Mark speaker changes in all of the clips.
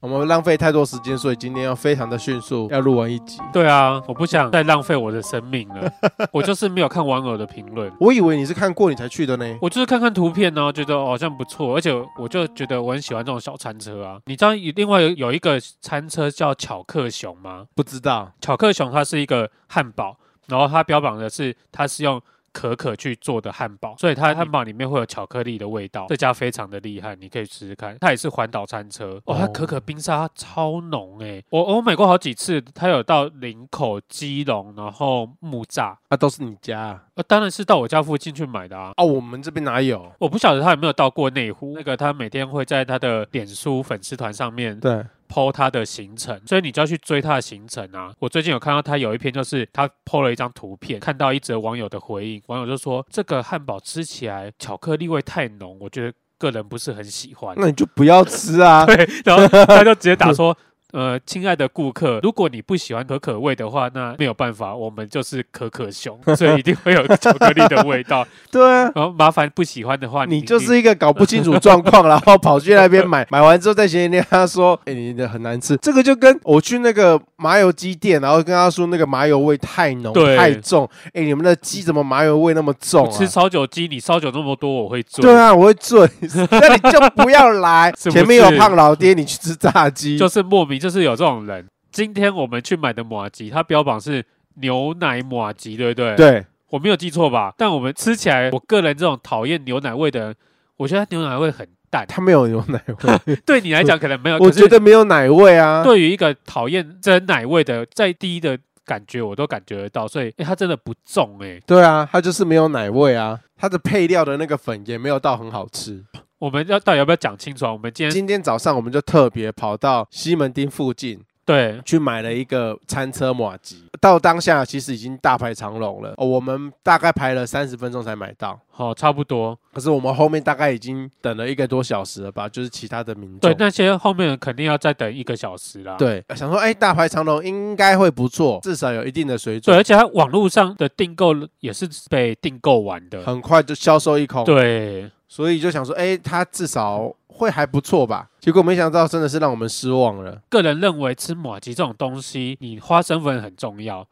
Speaker 1: 我们浪费太多时间，所以今天要非常的迅速，要录完一集。
Speaker 2: 对啊，我不想再浪费我的生命了。 我就是没有看网友的评论，
Speaker 1: 我以为你是看过你才去的呢。
Speaker 2: 我就是看看图片，然后觉得哦好像不错，而且我就觉得我很喜欢这种小餐车啊。你知道有另外有有一个餐车叫巧克熊吗？
Speaker 1: 不知道，
Speaker 2: 巧克熊它是一个汉堡，然后它标榜的是它是用。可可去做的汉堡，所以它的汉堡里面会有巧克力的味道，这家非常的厉害，你可以试试看。它也是环岛餐车，哦，它
Speaker 1: 哦
Speaker 2: 可可冰沙超浓诶、欸我我买过好几次，它有到林口、基隆，然后木栅，
Speaker 1: 啊，都是你家啊，
Speaker 2: 呃，当然是到我家附近去买的啊。
Speaker 1: 啊我们这边哪有？
Speaker 2: 我不晓得他有没有到过内湖，那个他每天会在他的脸书粉丝团上面
Speaker 1: 对，
Speaker 2: 剖他的行程，所以你就要去追他的行程啊。我最近有看到他有一篇，就是他剖了一张图片，看到一则网友的回应，网友就说这个汉堡吃起来巧克力味太浓，我觉得个人不是很喜欢。
Speaker 1: 那你就不要吃 啊。
Speaker 2: 然后他就直接打说。呃，亲爱的顾客，如果你不喜欢可可味的话，那没有办法，我们就是可可熊，所以一定会有巧克力的味道。
Speaker 1: 对啊，
Speaker 2: 然后麻烦不喜欢的话，
Speaker 1: 你就是一个搞不清楚状况，然后跑去那边买， 买完之后在闲言跟他说：“哎、你的很难吃。”这个就跟我去那个麻油鸡店，然后跟他说那个麻油味太浓
Speaker 2: 对
Speaker 1: 太重，哎、你们的鸡怎么麻油味那么重、
Speaker 2: 我
Speaker 1: 啊？
Speaker 2: 吃烧酒鸡，你烧酒那么多，我会醉。
Speaker 1: 对啊，我会醉， 那你就不要来。
Speaker 2: 是不
Speaker 1: 前面有
Speaker 2: 是
Speaker 1: 胖老爹，你去吃炸鸡。
Speaker 2: 就是莫名就是有这种人。今天我们去买的马吉，它标榜是牛奶马吉，对不对？，
Speaker 1: 对，
Speaker 2: 我没有记错吧？但我们吃起来，我个人这种讨厌牛奶味的人，我觉得它牛奶味很淡。
Speaker 1: 他没有牛奶 味，
Speaker 2: 对你来讲可能没有，
Speaker 1: 我
Speaker 2: 可是
Speaker 1: 觉得没有奶味啊。
Speaker 2: 对于一个讨厌真奶味的，再低的感觉我都感觉得到，所以、诶欸它真的不重哎、
Speaker 1: 对啊，它就是没有奶味啊。它的配料的那个粉也没有到很好吃。
Speaker 2: 我们要到底要不要讲清楚啊？我们今天
Speaker 1: 今天早上我们就特别跑到西门町附近
Speaker 2: 对
Speaker 1: 去买了一个餐车马吉，到当下其实已经大排长龙了、哦我们大概排了三十分钟才买到，
Speaker 2: 好、差不多。
Speaker 1: 可是我们后面大概已经等了一个多小时了吧，就是其他的民众
Speaker 2: 对，。那些后面的肯定要再等一个小时啦。。
Speaker 1: 对，想说哎、大排长龙应该会不错，至少有一定的水
Speaker 2: 对，
Speaker 1: 准
Speaker 2: 而，且它网络上的订购也是被订购完的。
Speaker 1: 很快就销售一空。
Speaker 2: 对，
Speaker 1: 所以就想说，哎、它至少会还不错吧？结果没想到真的是让我们失望了。
Speaker 2: 个人认为吃马吉这种东西，你花生粉很重要，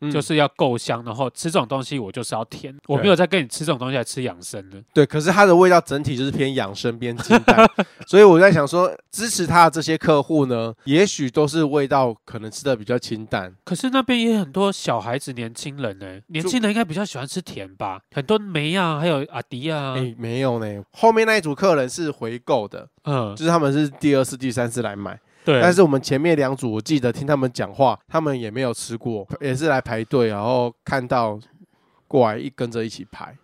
Speaker 1: 嗯
Speaker 2: 就是要够香。然后吃这种东西，我就是要甜，我没有在跟你吃这种东西来吃养生的。
Speaker 1: 对，可是它的味道整体就是偏养生、偏清 淡，所以我在想说，支持它的这些客户呢，也许都是味道可能吃的比较清淡。
Speaker 2: 可是那边也很多小孩子、年轻人呢、年轻人应该比较喜欢吃甜吧？很多梅啊，还有阿迪啊，
Speaker 1: 哎、没有呢，后面那一组客人是回购的，
Speaker 2: 嗯，
Speaker 1: 就是他们是第二次、第三次来买，
Speaker 2: 对。
Speaker 1: 但是我们前面两组，我记得听他们讲话，他们也没有吃过，也是来排队，然后看到过来一跟着一起排。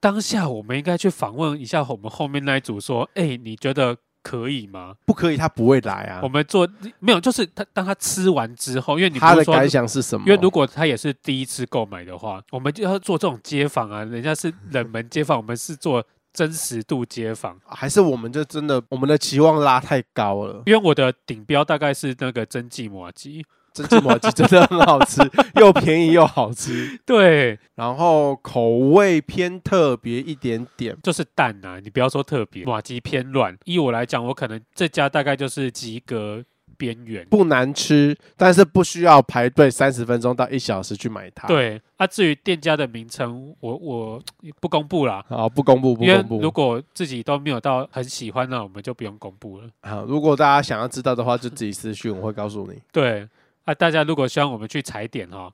Speaker 2: 当下我们应该去访问一下我们后面那一组，说：“哎、你觉得可以吗？”
Speaker 1: 不可以，他不会来啊
Speaker 2: 我。们做没有，就是他当他吃完之后，因为你不
Speaker 1: 他
Speaker 2: 是
Speaker 1: 的
Speaker 2: 说
Speaker 1: 感想是什么？
Speaker 2: 因为如果他也是第一次购买的话，我们就要做这种街访啊，人家 是冷门街访，我们是做真实度街访。
Speaker 1: 还是我们就真的我们的期望拉太高了。
Speaker 2: 因为我的顶标大概是那个蒸汽麻鸡，
Speaker 1: 这芥末鸡真的很好吃，又便宜又好吃，
Speaker 2: 对，
Speaker 1: 然后口味偏特别一点点。
Speaker 2: 就是蛋啊，你不要说特别，麻鸡偏软。依我来讲，我可能这家大概就是及格边缘。
Speaker 1: 不难吃，但是不需要排队三十分钟到一小时去买它。，
Speaker 2: 对，啊，至于店家的名称，我我不公布啦，
Speaker 1: 好，不公布，不
Speaker 2: 因为
Speaker 1: 公
Speaker 2: 如
Speaker 1: 布。
Speaker 2: 果自己都没有到很喜欢，那我们就不用公布了。
Speaker 1: 好，如果大家想要知道的话，就自己私讯，我会告诉你。
Speaker 2: 对啊，大家如果希望我们去踩点哈、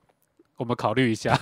Speaker 2: 我们考虑一下。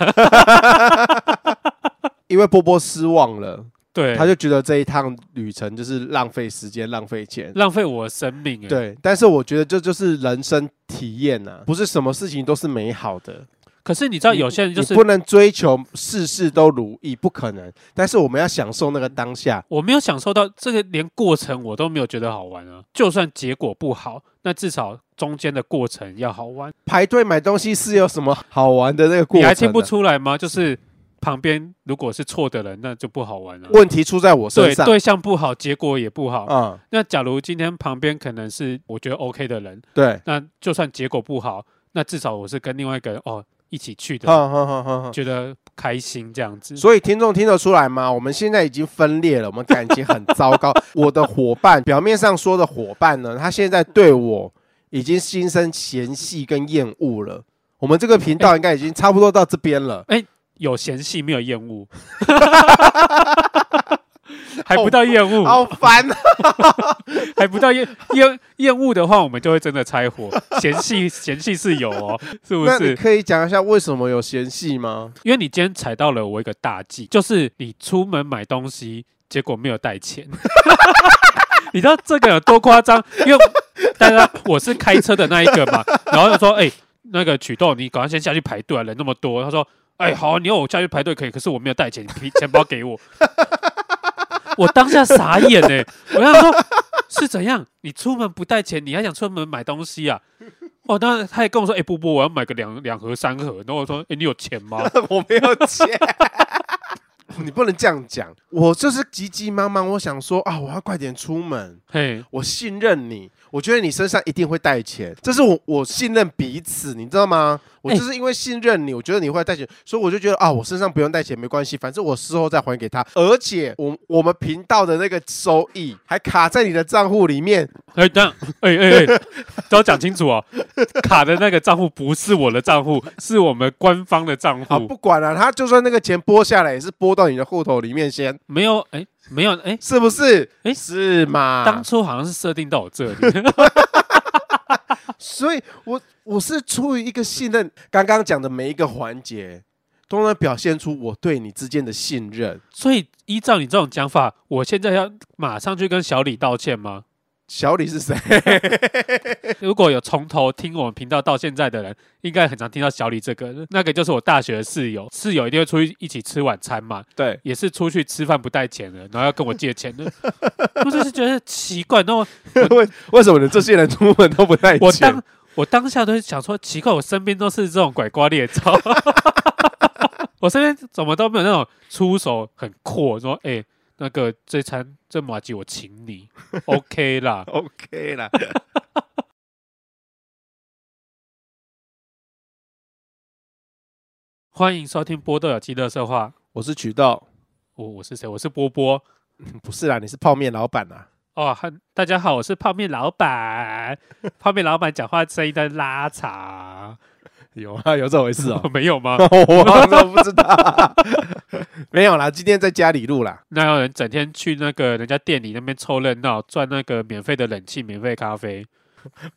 Speaker 1: 因为波波失望了，
Speaker 2: 对，
Speaker 1: 他就觉得这一趟旅程就是浪费时间、浪费钱。
Speaker 2: 浪费我的生命、欸。，
Speaker 1: 对，但是我觉得这就是人生体验呐、不是什么事情都是美好的。
Speaker 2: 可是你知道有些人就是
Speaker 1: 你不能追求事事都如意，不可能。但是我们要享受那个当下。
Speaker 2: 我没有享受到这个，连过程我都没有觉得好玩啊。就算结果不好，那至少中间的过程要好玩。
Speaker 1: 排队买东西是有什么好玩的那个过程、啊
Speaker 2: 你还听不？出来吗？就是旁边如果是错的人，那就不好玩了、
Speaker 1: 问题出在我身
Speaker 2: 对，
Speaker 1: 上。
Speaker 2: 对象不好，结果也不好。
Speaker 1: 嗯，
Speaker 2: 那假如今天旁边可能是我觉得 OK 的人，
Speaker 1: 对，
Speaker 2: 那就算结果不好，那至少我是跟另外一个人哦一起去的，
Speaker 1: 哼哼哼哼哼
Speaker 2: 觉得开心这样子。
Speaker 1: 所以听众听得出来吗？我们现在已经分裂了，我们感情很糟 糕。我的伙伴表面上说的伙伴呢，他现在对我已经心生嫌隙跟厌恶了。我们这个频道应该已经差不多到这边了，
Speaker 2: 有嫌隙没有 厌恶，还不到厌恶，
Speaker 1: 好烦啊！
Speaker 2: 还不到厌厌厌恶的话，我们就会真的拆伙。嫌隙嫌隙是有哦，是不
Speaker 1: 那你
Speaker 2: 是？
Speaker 1: 可以讲一下为什么有嫌隙吗？
Speaker 2: 因为你今天踩到了我一个大忌，就是你出门买东西，结果没有带钱。 你知道这个有多夸张？因为大家我是开车的那一个嘛，然后就说：“哎、那个曲豆，你赶快先下去排队啊，人那么多。”他说：“哎、好啊、你要我下去排队可以，可是我没有带钱，你皮钱包给我。”我当下傻眼哎、我想说是怎样？你出门不带钱，你还想出门买东西啊？哦，那他也跟我说：“哎、波波，我要买个两两盒、三盒。”然后我说：“哎、你有钱吗？”
Speaker 1: 我没有钱。 你不能这样讲，我就是急急忙忙，我想说啊，我要快点出门，
Speaker 2: 嘿，
Speaker 1: 我信任你，我觉得你身上一定会带钱，这是我我信任彼此，你知道吗？我
Speaker 2: 哎
Speaker 1: 就是因为信任你，我觉得你会带钱，所以我就觉得啊，我身上不用带钱没关系，反正我事后再还给他。而且我我们频道的那个收益还卡在你的账户里面，
Speaker 2: 哎，等下，哎哎哎，都要讲清楚哦。卡的那个账户不是我的账户，是我们官方的账
Speaker 1: 好
Speaker 2: 户。
Speaker 1: 啊不管了、他就算那个钱拨下来，也是拨到你的户头里面先，
Speaker 2: 没有，哎，没有，哎，
Speaker 1: 是不是？
Speaker 2: 哎
Speaker 1: 是嘛？
Speaker 2: 当初好像是设定到我这里。
Speaker 1: 所以我我是出于一个信任，刚刚讲的每一个环节都能表现出我对你之间的信任。
Speaker 2: 所以依照你这种讲法，我现在要马上去跟小李道歉吗？
Speaker 1: 小李是谁？
Speaker 2: 如果有从头听我们频道到现在的人，应该很常听到小李这个，那个就是我大学的室友，室友一定会出去一起吃晚餐嘛。
Speaker 1: 对，
Speaker 2: 也是出去吃饭不带钱的，然后要跟我借钱的， 我就是觉得奇怪。那我
Speaker 1: 为为什么你这些人出门都不带
Speaker 2: 我
Speaker 1: 钱？
Speaker 2: 当我当下都是想说，奇怪，我身边都是这种拐瓜裂枣， 我身边怎么都没有那种出手很阔，说哎、那个这餐这马吉我请你，OK 啦。
Speaker 1: OK 啦。
Speaker 2: 欢迎收听波豆有机乐色话，
Speaker 1: 我是渠道，
Speaker 2: 我我是谁？我是波波
Speaker 1: 不是啦，你是泡面老板啊啦。
Speaker 2: 哦，哈大家好，我是泡面老板，泡面老板讲话声音在拉长，。
Speaker 1: 有啊，有这回事
Speaker 2: 没有 吗？
Speaker 1: 我都不知道， 没有啦，今天在家里录啦。
Speaker 2: 那有人整天去那个人家店里那边凑热闹，赚那个免费的冷气、免费咖啡，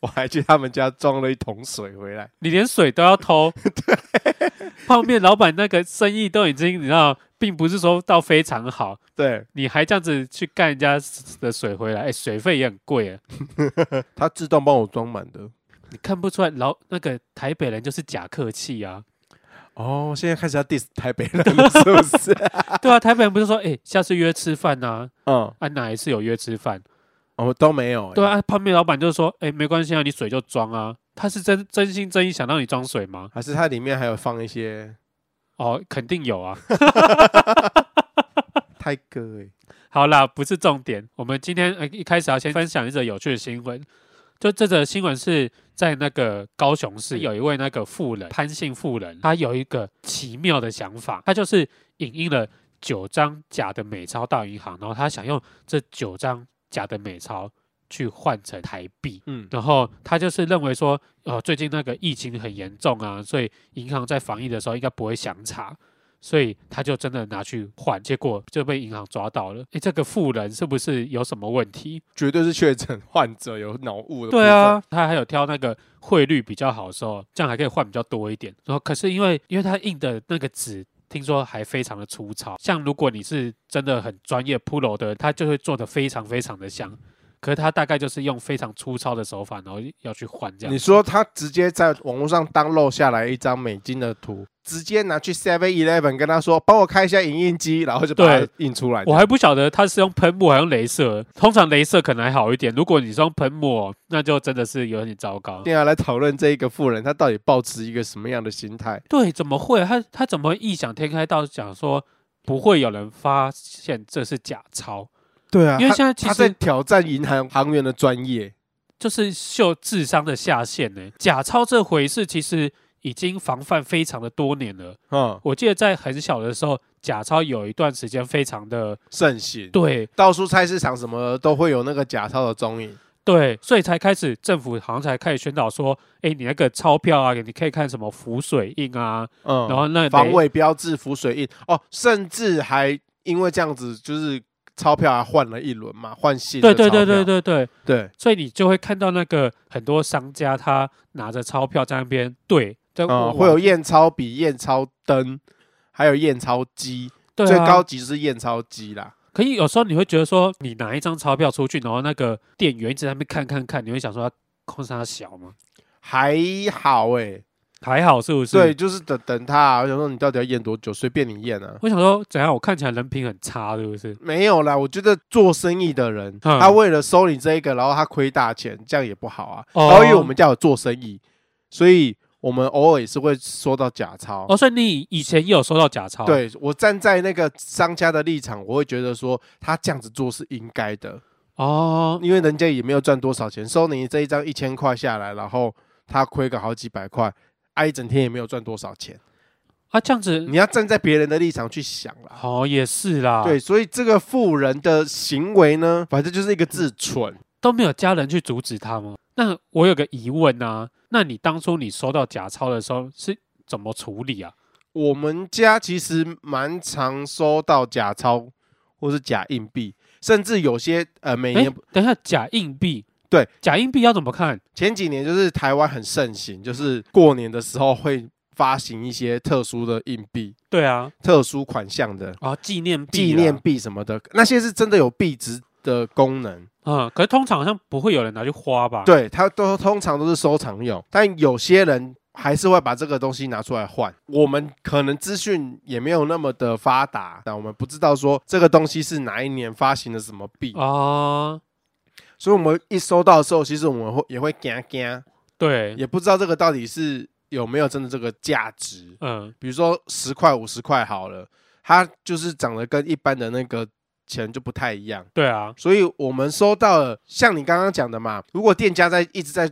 Speaker 1: 我还去他们家装了一桶水回来，
Speaker 2: 你连水都要偷。泡面老板那个生意都已经你知道，并不是说到非常好，
Speaker 1: 对
Speaker 2: 你还这样子去干人家的水回来，哎、水费也很贵啊。
Speaker 1: 他自动帮我装满的。
Speaker 2: 你看不出来老那个台北人就是假客气 啊，
Speaker 1: 哦，现在开始要 diss 台北人了， 是不是？
Speaker 2: 对啊，台北人不是说哎、下次约吃饭呐、
Speaker 1: 嗯，
Speaker 2: 啊，哪一次有约吃饭？
Speaker 1: 我哦都没有、欸
Speaker 2: 对，啊，泡面老板就说哎、没关系啊，你水就装啊。他是真真心真意想让你装水吗？
Speaker 1: 还是它里面还有放一些
Speaker 2: 哦，肯定有啊。
Speaker 1: 泰哥、欸？
Speaker 2: 好啦，不是重点。我们今天呃一开始要先分享一则有趣的新闻，就这则新闻是在那个高雄市有一位那个富人哎潘姓富人，他有一个奇妙的想法，他就是影印了九张假的美钞到银行，然后他想用这九张假的美钞去换成台币。
Speaker 1: 嗯，
Speaker 2: 然后他就是认为说，呃，最近那个疫情很严重啊，所以银行在防疫的时候应该不会详查，所以他就真的拿去换，结果就被银行抓到了。诶，这个富人是不是有什么问题？
Speaker 1: 绝对是确诊患者有脑雾的。
Speaker 2: 对，啊，他还有挑那个汇率比较好的时候，这样还可以换比较多一点。然后可是因为因为他印的那个纸。听说还非常的粗糙，像如果你是真的很专业 pro 的，他就会做的非常非常的像。可是他大概就是用非常粗糙的手法，然后要去换这样。
Speaker 1: 你说他直接在网络上当漏下来一张美金的图，直接拿去 Seven Eleven 跟他说，帮我开一下影印机，然后就把它
Speaker 2: 对
Speaker 1: 印出来。
Speaker 2: 我还不晓得他是用喷墨还是用镭射，通常镭射可能还好一点，如果你是用喷墨，那就真的是有点糟糕
Speaker 1: 今。天要来讨论这一个富人，他到底抱持一个什么样的心态？
Speaker 2: 对，怎么会？他他怎么会异想天开到讲说不会有人发现这是假钞？
Speaker 1: 对啊
Speaker 2: 因为
Speaker 1: 他
Speaker 2: 现在其
Speaker 1: 他在
Speaker 2: 实
Speaker 1: 挑战银行行员的专业。
Speaker 2: 就是秀智商的下限呢、假钞这回事，其实已经防范非常的多年了。
Speaker 1: 嗯，
Speaker 2: 我记得在很小的时候，假钞有一段时间非常的
Speaker 1: 盛行，
Speaker 2: 对
Speaker 1: 到处菜市场什么都会有那个假钞的踪影。
Speaker 2: 对，所以才开始政府好像才开始宣导说，哎，你那个钞票啊，你可以看什么浮水印啊，
Speaker 1: 嗯，
Speaker 2: 然后那
Speaker 1: 防
Speaker 2: 得
Speaker 1: 伪标志、浮水印哦，甚至还因为这样子，就是钞票还换了一轮嘛，换新的
Speaker 2: 对对对
Speaker 1: 钞票
Speaker 2: 对对对，
Speaker 1: 对，
Speaker 2: 所以你就会看到那个很多商家他拿着钞票在那边对，在
Speaker 1: 嗯，
Speaker 2: 往
Speaker 1: 会有验钞笔、验钞灯，还有验钞机，
Speaker 2: 对、啊、
Speaker 1: 最高级是验钞机啦。
Speaker 2: 可以有时候你会觉得说，你拿一张钞票出去，然后那个店员一直在那边看看看，你会想说他空他小吗？
Speaker 1: 还好哎、
Speaker 2: 还好是不是？
Speaker 1: 对，，就是等等他、啊，我想说你到底要验多久，随便你验啊。
Speaker 2: 我想说怎样，我看起来人品很差是不是？
Speaker 1: 没有啦，我觉得做生意的人，
Speaker 2: 嗯
Speaker 1: 他为了收你这一个，然后他亏大钱，这样也不好啊。
Speaker 2: 哦
Speaker 1: 然后因为我们家有做生意，所以我们偶尔也是会收到假钞。
Speaker 2: 哦，所以你以前也有收到假钞？，
Speaker 1: 对我站在那个商家的立场，我会觉得说他这样子做是应该的，
Speaker 2: 哦，
Speaker 1: 因为人家也没有赚多少钱，收你这一张一千块下来，然后他亏个好几百块，挨、一整天也没有赚多少钱。
Speaker 2: 啊这样子，
Speaker 1: 你要站在别人的立场去想啦。
Speaker 2: 哦也是啦，
Speaker 1: 对，，所以这个富人的行为呢，反正就是一个字蠢。
Speaker 2: 都没有家人去阻止他吗？那我有个疑问啊，那你当初你收到假钞的时候是怎么处理啊？
Speaker 1: 我们家其实蛮常收到假钞或是假硬币，甚至有些呃每
Speaker 2: 哎
Speaker 1: 年，
Speaker 2: 等一下假硬币，
Speaker 1: 对，
Speaker 2: 假硬币要怎么看？
Speaker 1: 前几年就是台湾很盛行，就是过年的时候会发行一些特殊的硬币、
Speaker 2: 对啊，
Speaker 1: 特殊款项的
Speaker 2: 啊纪念币啦，
Speaker 1: 纪念币什么的，那些是真的有币值的功能。
Speaker 2: 嗯，可是通常好像不会有人拿去花吧？，
Speaker 1: 对，它都通常都是收藏用，但有些人还是会把这个东西拿出来换。我们可能资讯也没有那么的发达，但我们不知道说这个东西是哪一年发行的什么币，
Speaker 2: 啊，
Speaker 1: 所以我们一收到的时候，其实我们会也会惊惊，
Speaker 2: 对，
Speaker 1: 也不知道这个到底是有没有真的这个价值。
Speaker 2: 嗯，
Speaker 1: 比如说十块、五十块好了，它就是长得跟一般的那个钱就不太一样。
Speaker 2: 对啊，
Speaker 1: 所以我们收到了，像你刚刚讲的嘛，如果店家在一直在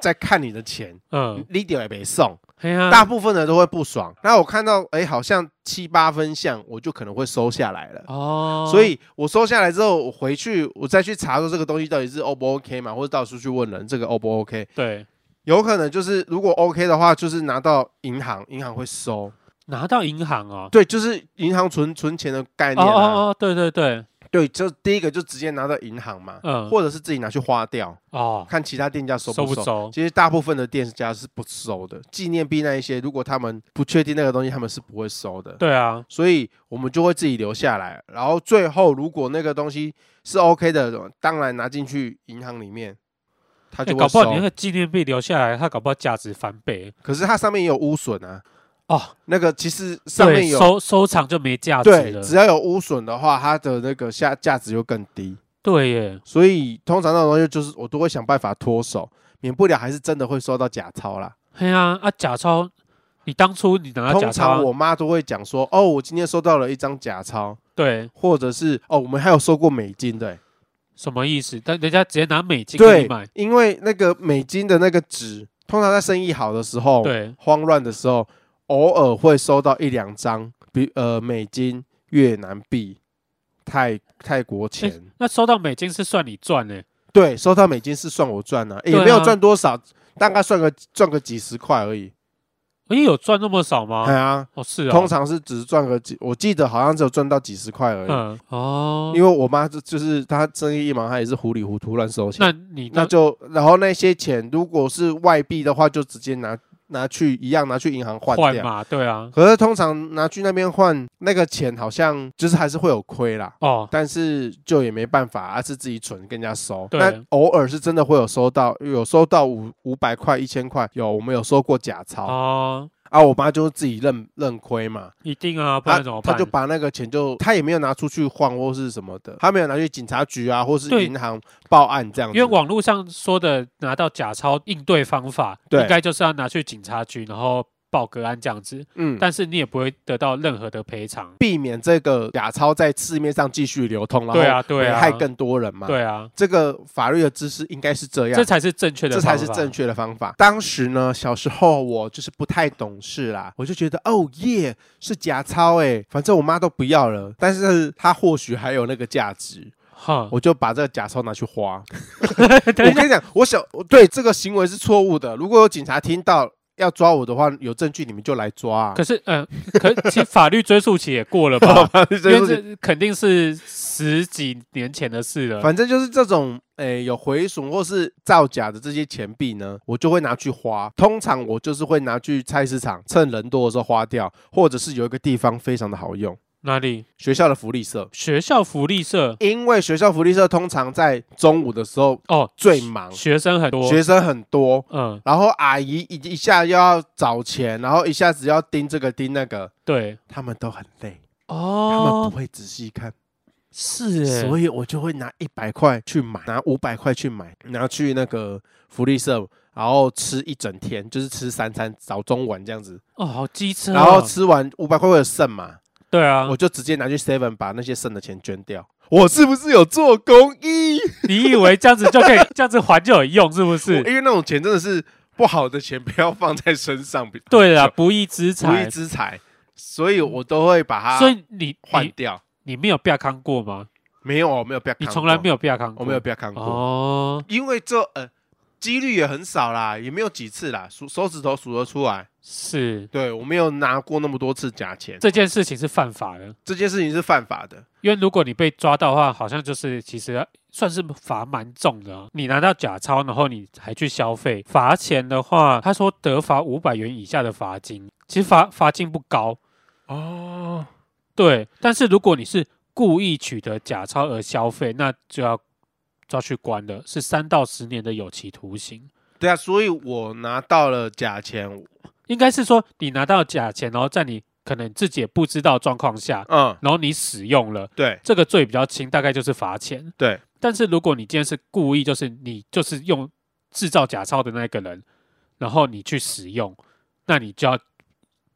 Speaker 1: 在看你的钱，
Speaker 2: 嗯，
Speaker 1: 你点也没送，
Speaker 2: 嘿呀、
Speaker 1: 大部分人都会不爽。那我看到，哎，好像七八分像，我就可能会收下来了。
Speaker 2: 哦，
Speaker 1: 所以我收下来之后，我回去我再去查说这个东西到底是 O 不 OK 嘛，或者到处去问人这个 O 不 OK，
Speaker 2: 对，
Speaker 1: 有可能就是如果 OK 的话，就是拿到银行，银行会收。
Speaker 2: 拿到银行哦，
Speaker 1: 对，就是银行存存钱的概
Speaker 2: 哦
Speaker 1: 念啊。
Speaker 2: 哦哦，对对对，
Speaker 1: 对，就第一个就直接拿到银行嘛，
Speaker 2: 嗯，
Speaker 1: 或者是自己拿去花掉。
Speaker 2: 哦，
Speaker 1: 看其他店家收
Speaker 2: 收
Speaker 1: 不
Speaker 2: 不
Speaker 1: 收。
Speaker 2: 收？
Speaker 1: 其实大部分的店家是不收的，纪念币那一些，如果他们不确定那个东西，他们是不会收的。
Speaker 2: 对啊，
Speaker 1: 所以我们就会自己留下来，然后最后如果那个东西是 OK 的，当然拿进去银行里面，他
Speaker 2: 哎
Speaker 1: 就
Speaker 2: 搞
Speaker 1: 会
Speaker 2: 不
Speaker 1: 收。
Speaker 2: 好你那个纪念币留下来，它搞不好价值翻倍
Speaker 1: 可是它上面也有污损啊，
Speaker 2: 哦。
Speaker 1: 那个其实上面
Speaker 2: 对
Speaker 1: 有
Speaker 2: 收收藏就没价值
Speaker 1: 对，
Speaker 2: 了，
Speaker 1: 只要有污损的话，它的那个下价值就更低。
Speaker 2: 对耶，
Speaker 1: 所以通常那种东西就是我都会想办法脱手，免不了还是真的会收到假钞啦。
Speaker 2: 嘿呀、啊，假钞，你当初你拿到假
Speaker 1: 通常
Speaker 2: 钞，啊
Speaker 1: 我妈都会讲说，哦，我今天收到了一张假钞，
Speaker 2: 对，
Speaker 1: 或者是哦，我们还有收过美金的欸、
Speaker 2: 什么意思？但人家直接拿美金给你
Speaker 1: 对
Speaker 2: 买，，
Speaker 1: 因为那个美金的那个值，通常在生意好的时候，
Speaker 2: 对，
Speaker 1: 慌乱的时候，偶尔会收到一两张，比呃美金、越南币、泰泰国钱。
Speaker 2: 那收到美金是算你赚呢。
Speaker 1: 对，收到美金是算我赚了、欸
Speaker 2: 对
Speaker 1: 也没有
Speaker 2: 啊
Speaker 1: 赚多少，大概算个赚个几十块而已。
Speaker 2: 哎，有赚那么少吗？
Speaker 1: 哎呀，
Speaker 2: 哦，是啊，
Speaker 1: 通常是只赚个几，我记得好像只有赚到几十块而已。
Speaker 2: 嗯哦，
Speaker 1: 因为我妈就就是她生意一忙，她也是糊里糊涂乱收钱。
Speaker 2: 那
Speaker 1: 那
Speaker 2: 你
Speaker 1: 那就然后那些钱如果是外币的话，就直接拿拿去一样拿去银行换
Speaker 2: 换
Speaker 1: 掉。
Speaker 2: 嘛，对啊，
Speaker 1: 可是通常拿去那边换那个钱，好像就是还是会有亏啦。
Speaker 2: 哦，
Speaker 1: 但是就也没办法，而、是自己存跟人家收。
Speaker 2: 对
Speaker 1: 那偶尔是真的会有收到，有收到五五百块、一千块，有我们有收过假钞
Speaker 2: 哦，
Speaker 1: 啊。我妈就自己认认亏嘛，
Speaker 2: 一定啊，不
Speaker 1: 他
Speaker 2: 然怎么
Speaker 1: 他
Speaker 2: 办？
Speaker 1: 就把那个钱就他也没有拿出去换或是什么的，他没有拿去警察局啊，或是
Speaker 2: 对
Speaker 1: 银行报案这样子。
Speaker 2: 因为网络上说的拿到假钞应对方法，
Speaker 1: 对
Speaker 2: 应该就是要拿去警察局，然后报个案这样子，
Speaker 1: 嗯，
Speaker 2: 但是你也不会得到任何的赔偿。
Speaker 1: 避免这个假钞在市面上继续流通，然后
Speaker 2: 对啊对啊
Speaker 1: 危害更多人嘛。，
Speaker 2: 对啊，
Speaker 1: 这个法律的知识应该是这样
Speaker 2: 这。才是正确的
Speaker 1: 啊这
Speaker 2: 方法，
Speaker 1: 才是正确的方法。当时呢，小时候我就是不太懂事啦，我就觉得哦耶是假钞哎，反正我妈都不要了，但是它或许还有那个价值，
Speaker 2: 哈。
Speaker 1: 我就把这个假钞拿去花。
Speaker 2: 等一
Speaker 1: 我
Speaker 2: 下
Speaker 1: 跟你讲，我小我对这个行为是错误的。如果有警察听到要抓我的话，有证据你们就来抓、啊。
Speaker 2: 可是，嗯、可其实法律追溯期也 过了吧？啊因为这肯定是十几年前的事了。
Speaker 1: 反正就是这种诶、有毁损或是造假的这些钱币呢，我就会拿去花。通常我就是会拿去菜市场，趁人多的时候花掉，或者是有一个地方非常的好用，
Speaker 2: 哪里？
Speaker 1: 学校的福利社。
Speaker 2: 学校福利社
Speaker 1: 因为学校福利社通常在中午的时候
Speaker 2: 哦，
Speaker 1: 最忙，
Speaker 2: 学生很多，
Speaker 1: 学生很多，
Speaker 2: 嗯，
Speaker 1: 然后阿姨一一下又要找钱，然后一下子要盯这个盯那个，
Speaker 2: 对，
Speaker 1: 他们都很累，他们
Speaker 2: 哦
Speaker 1: 不，会仔细看。
Speaker 2: 是耶，
Speaker 1: 所以我就会拿一百块去买，拿五百块去买，拿去那个福利社，然后吃一整天，就是吃三餐，早中晚这样子。
Speaker 2: 哦，好机车、哦，
Speaker 1: 然后吃完五百块会有剩嘛，
Speaker 2: 对啊
Speaker 1: 我，就直接拿去 seven 把那些剩的钱捐掉。我是不是有做公益？
Speaker 2: 你以为这样子就可以这样子还就有用，是不是？
Speaker 1: 因为那种钱真的是不好的钱，不要放在身上，比
Speaker 2: 对啦，，不义之
Speaker 1: 不义
Speaker 2: 财。
Speaker 1: 之财，所以我都会把
Speaker 2: 所
Speaker 1: 它
Speaker 2: 以你
Speaker 1: 换
Speaker 2: 你
Speaker 1: 掉。
Speaker 2: 你没有被康过吗？
Speaker 1: 没有，我没有不要，
Speaker 2: 你从来没
Speaker 1: 有，
Speaker 2: 有被康
Speaker 1: 我
Speaker 2: 过，
Speaker 1: 没有不要看过。
Speaker 2: 哦，
Speaker 1: 因为这呃几率也很少啦，也没有几次啦，数手指头数得出来。
Speaker 2: 是
Speaker 1: 对我没有拿过那么多次假钱，这
Speaker 2: 这件事情是犯法的，
Speaker 1: 这件事情是犯法的。
Speaker 2: 因为如果你被抓到的话，好像就是其实算是罚蛮重的啊、你拿到假钞，然后你还去消费，罚钱的话，他说得罚五百元以下的罚金，其实罚罚金不高，
Speaker 1: 哦，
Speaker 2: 对。但是如果你是故意取得假钞而消费，那就要抓去关了，是三到十年的有期徒刑。
Speaker 1: 对啊，所以我拿到了假钱，
Speaker 2: 应该是说你拿到假钱，然后在你可能自己也不知道状况下，
Speaker 1: 嗯，
Speaker 2: 然后你使用了。
Speaker 1: 对
Speaker 2: 这个罪比较轻，大概就是罚钱。
Speaker 1: 对，
Speaker 2: 但是如果你今天是故意，就是你就是用制造假钞的那个人，然后你去使用，那你就要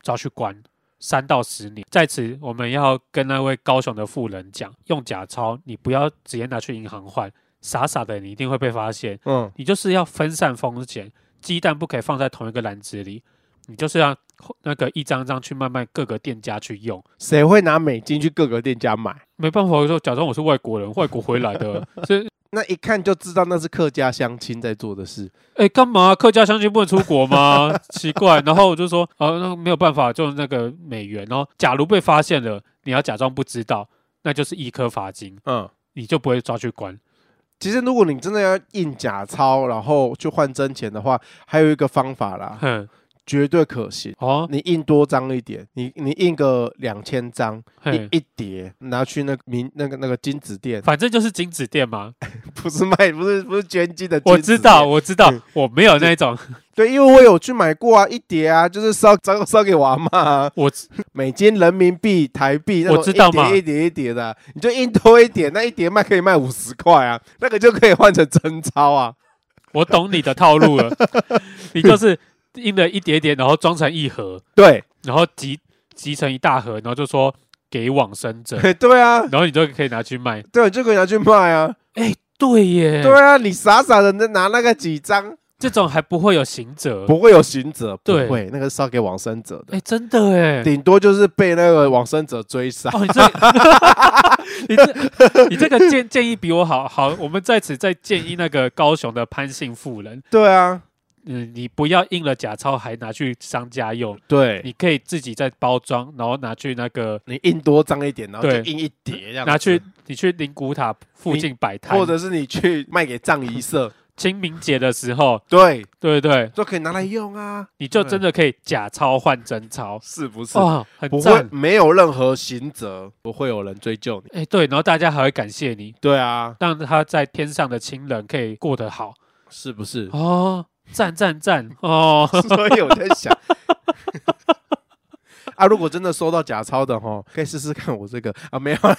Speaker 2: 抓去关三到十年。在此，我们要跟那位高雄的富人讲，用假钞你不要直接拿去银行换，傻傻的你一定会被发现。
Speaker 1: 嗯，
Speaker 2: 你就是要分散风险，鸡蛋不可以放在同一个篮子里，你就是要那个一张张去慢慢各个店家去用。
Speaker 1: 谁会拿美金去各个店家买？
Speaker 2: 没办法，我就假装我是外国人，外国回来的， 所以
Speaker 1: 那一看就知道那是客家乡亲在做的事。
Speaker 2: 哎，干嘛？客家乡亲不能出国吗？ 奇怪。然后我就说，呃，那没有办法，就那个美元。然后，假如被发现了，你要假装不知道，那就是一颗罚金，
Speaker 1: 嗯，
Speaker 2: 你就不会抓去关。
Speaker 1: 其实如果你真的要印假钞，然后去换真钱的话，还有一个方法啦，
Speaker 2: 哼，
Speaker 1: 绝对可行。
Speaker 2: 哦，
Speaker 1: 你印多张一点，你你印个两千张，
Speaker 2: 嘿，
Speaker 1: 一一叠拿去那个民那个那个金子店，
Speaker 2: 反正就是金子店嘛。
Speaker 1: 不是卖，不是不是捐金的金
Speaker 2: 我
Speaker 1: 子
Speaker 2: 知道，
Speaker 1: 店，
Speaker 2: 我知道，我没有那种，
Speaker 1: 对，因为我有去买过啊，一叠啊，就是烧烧烧给我阿妈、 啊，
Speaker 2: 我知
Speaker 1: 美金、人民币、台币，那
Speaker 2: 我
Speaker 1: 种
Speaker 2: 知道嘛
Speaker 1: 一叠一叠一叠的啊、你就印多一点，那一叠卖可以卖五十块啊，那个就可以换成真钞啊，
Speaker 2: 我懂你的套路 了。你就是印了一叠叠，然后装成一盒，
Speaker 1: 对
Speaker 2: 然后集集成一大盒，然后就说给往生者，
Speaker 1: 对啊，
Speaker 2: 然后你就可以拿去卖。
Speaker 1: 对，就可以拿去卖啊，
Speaker 2: 对耶，
Speaker 1: 对啊，你傻傻的拿那个几张，
Speaker 2: 这种还不会有刑责。
Speaker 1: 不会有行者，不
Speaker 2: 对
Speaker 1: 会，那个是烧给往生者
Speaker 2: 哎、
Speaker 1: 的。
Speaker 2: 真的哎！
Speaker 1: 顶多就是被那个往生者追杀，
Speaker 2: 哦，你这，你这，你这个建建议比我好好。我们在此再建议那个高雄的潘姓妇人，
Speaker 1: 对啊，
Speaker 2: 嗯，你不要印了假钞还拿去商家用，
Speaker 1: 对，
Speaker 2: 你可以自己再包装，然后拿去那个
Speaker 1: 你印多张一点，然后就
Speaker 2: 对
Speaker 1: 印一叠这样子，
Speaker 2: 拿去你去灵谷塔附近摆摊，
Speaker 1: 或者是你去卖给葬仪社，
Speaker 2: 清明节的时候，
Speaker 1: 对，
Speaker 2: 对对对，
Speaker 1: 都可以拿来用啊，
Speaker 2: 你就
Speaker 1: 对
Speaker 2: 真的可以假钞换真钞，
Speaker 1: 是不是？
Speaker 2: 哇，很
Speaker 1: 不会
Speaker 2: 哦赞。
Speaker 1: 没有任何刑责，不会有人追究你。
Speaker 2: 哎、对，然后大家还会感谢你，
Speaker 1: 对啊，
Speaker 2: 让他在天上的亲人可以过得好。？
Speaker 1: 是不是，
Speaker 2: 哦，赞赞赞哦
Speaker 1: 所以我在想， 啊，如果真的收到假钞的哈，可以试试看我这个啊，没有啦，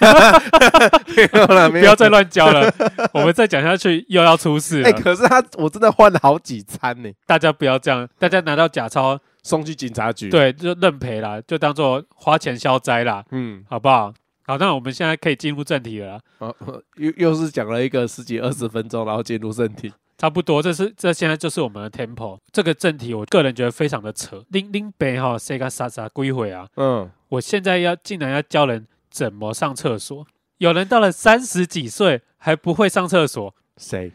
Speaker 1: 没 有啦，
Speaker 2: 不
Speaker 1: 没有。
Speaker 2: 要再乱教 了，我们再讲下去又
Speaker 1: 哎
Speaker 2: 要出事了。
Speaker 1: 哎、可是他我真的换了好几餐呢、
Speaker 2: 大家不要这样，大家拿到假钞
Speaker 1: 送去警察局。，
Speaker 2: 对，就认赔啦，就当做花钱消灾啦，
Speaker 1: 嗯，
Speaker 2: 好不好？好，那我们现在可以进入正题了啦，
Speaker 1: 啊，又又是讲了一个十几二十分钟，然后进入正题。
Speaker 2: 差不多，这是这现在就是我们的 tempo 这个正题，我个人觉得非常的扯。拎拎北哈，谁个傻傻归回啊？
Speaker 1: 嗯，
Speaker 2: 我现在要竟然要教人怎么上厕所，有人到了三十几岁还不会上厕所，
Speaker 1: 谁？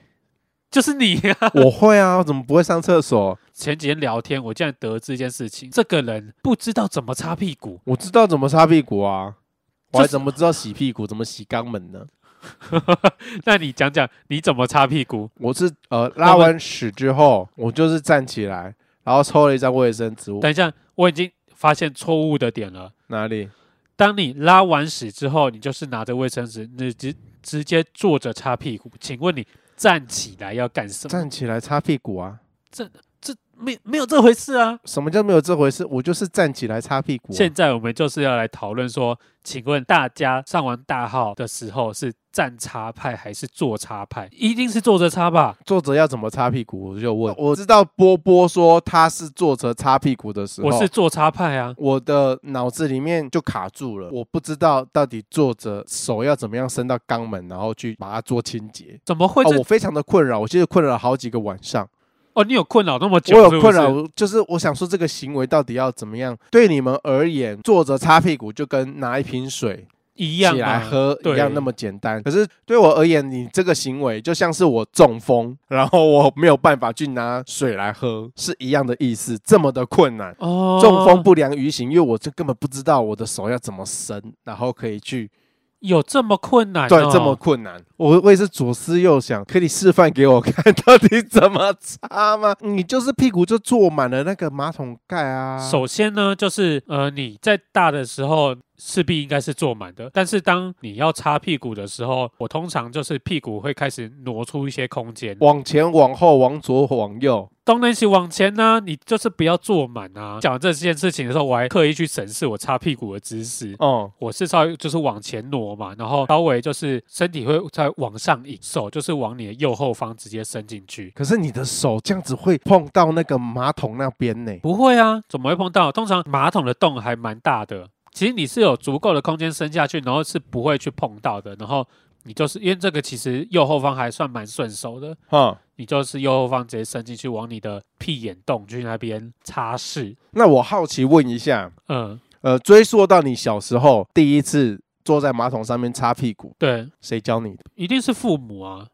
Speaker 2: 就是你啊！
Speaker 1: 我会啊， 我怎么不会上厕所？
Speaker 2: 前几天聊天，我竟然得知一件事情，这个人不知道怎么擦屁股，
Speaker 1: 我知道怎么擦屁股啊，我
Speaker 2: 就
Speaker 1: 还
Speaker 2: 是
Speaker 1: 怎么知道洗屁股，怎么洗肛门呢？
Speaker 2: 那你讲讲你怎么擦屁股？
Speaker 1: 我是呃拉完屎之后，我就是站起来，然后抽了一张卫生纸。
Speaker 2: 等一下，我已经发现错误的点了。
Speaker 1: 哪里？
Speaker 2: 当你拉完屎之后，你就是拿着卫生纸，你直直接坐着擦屁股。请问你站起来要干什么？
Speaker 1: 站起来擦屁股啊？
Speaker 2: 这没没有这回事啊！
Speaker 1: 什么叫没有这回事？我就是站起来擦屁股啊、
Speaker 2: 现在我们就是要来讨论说，请问大家上完大号的时候是站插派还是坐插派？一定是坐着插吧？
Speaker 1: 作者要怎么擦屁股，我就问。我知道波波说他是作者擦屁股的时候，
Speaker 2: 我是坐插派啊！
Speaker 1: 我的脑子里面就卡住了，我不知道到底作者手要怎么样伸到肛门，然后去把它做清洁。
Speaker 2: 怎么会
Speaker 1: 哦
Speaker 2: 这？，
Speaker 1: 我非常的困扰，我其实困扰了好几个晚上。
Speaker 2: 哦，你有困扰那么久？
Speaker 1: 我
Speaker 2: 是
Speaker 1: 有
Speaker 2: 不
Speaker 1: 困
Speaker 2: 是
Speaker 1: 扰，就是我想说这个行为到底要怎么样？对你们而言，坐着擦屁股就跟拿一瓶水
Speaker 2: 一
Speaker 1: 起
Speaker 2: 样
Speaker 1: 来
Speaker 2: 嘛
Speaker 1: 喝一
Speaker 2: 对
Speaker 1: 样那么简单。可是对我而言，你这个行为就像是我中风，然后我没有办法去拿水来喝，是一样的意思，这么的困难。
Speaker 2: 哦，
Speaker 1: 中风不良于行，因为我这根本不知道我的手要怎么伸，然后可以去
Speaker 2: 有这么困难、哦？
Speaker 1: 对这么困难。我我也是左思右想，可以示范给我看到底怎么擦吗？ 你就是屁股就坐满了那个马桶盖啊，
Speaker 2: 首先呢，就是呃，你在大的时候势必应该是坐满的，但是当你要擦屁股的时候，我通常就是屁股会开始挪出一些空间，
Speaker 1: 往前、往后、往左、往右。
Speaker 2: 东南西往前呢、你就是不要坐满啊。讲这件事情的时候，我还刻意去审视我擦屁股的姿势。
Speaker 1: 哦、
Speaker 2: 我是稍微就是往前挪嘛，然后稍微就是身体会再往上引，手就是往你的右后方直接伸进去。
Speaker 1: 可是你的手这样子会碰到那个马桶那边呢。
Speaker 2: 不会啊，怎么会碰到？通常马桶的洞还蛮大的，其实你是有足够的空间伸下去，然后是不会去碰到的。然后你就是因为这个，其实右后方还算蛮顺手的，
Speaker 1: 哈、
Speaker 2: 你就是右后方直接伸进去，往你的屁眼洞去那边擦拭。
Speaker 1: 那我好奇问一下，
Speaker 2: 嗯，
Speaker 1: 呃，追溯到你小时候第一次坐在马桶上面擦屁股，
Speaker 2: 对，
Speaker 1: 谁教你的？
Speaker 2: 一定是父母啊。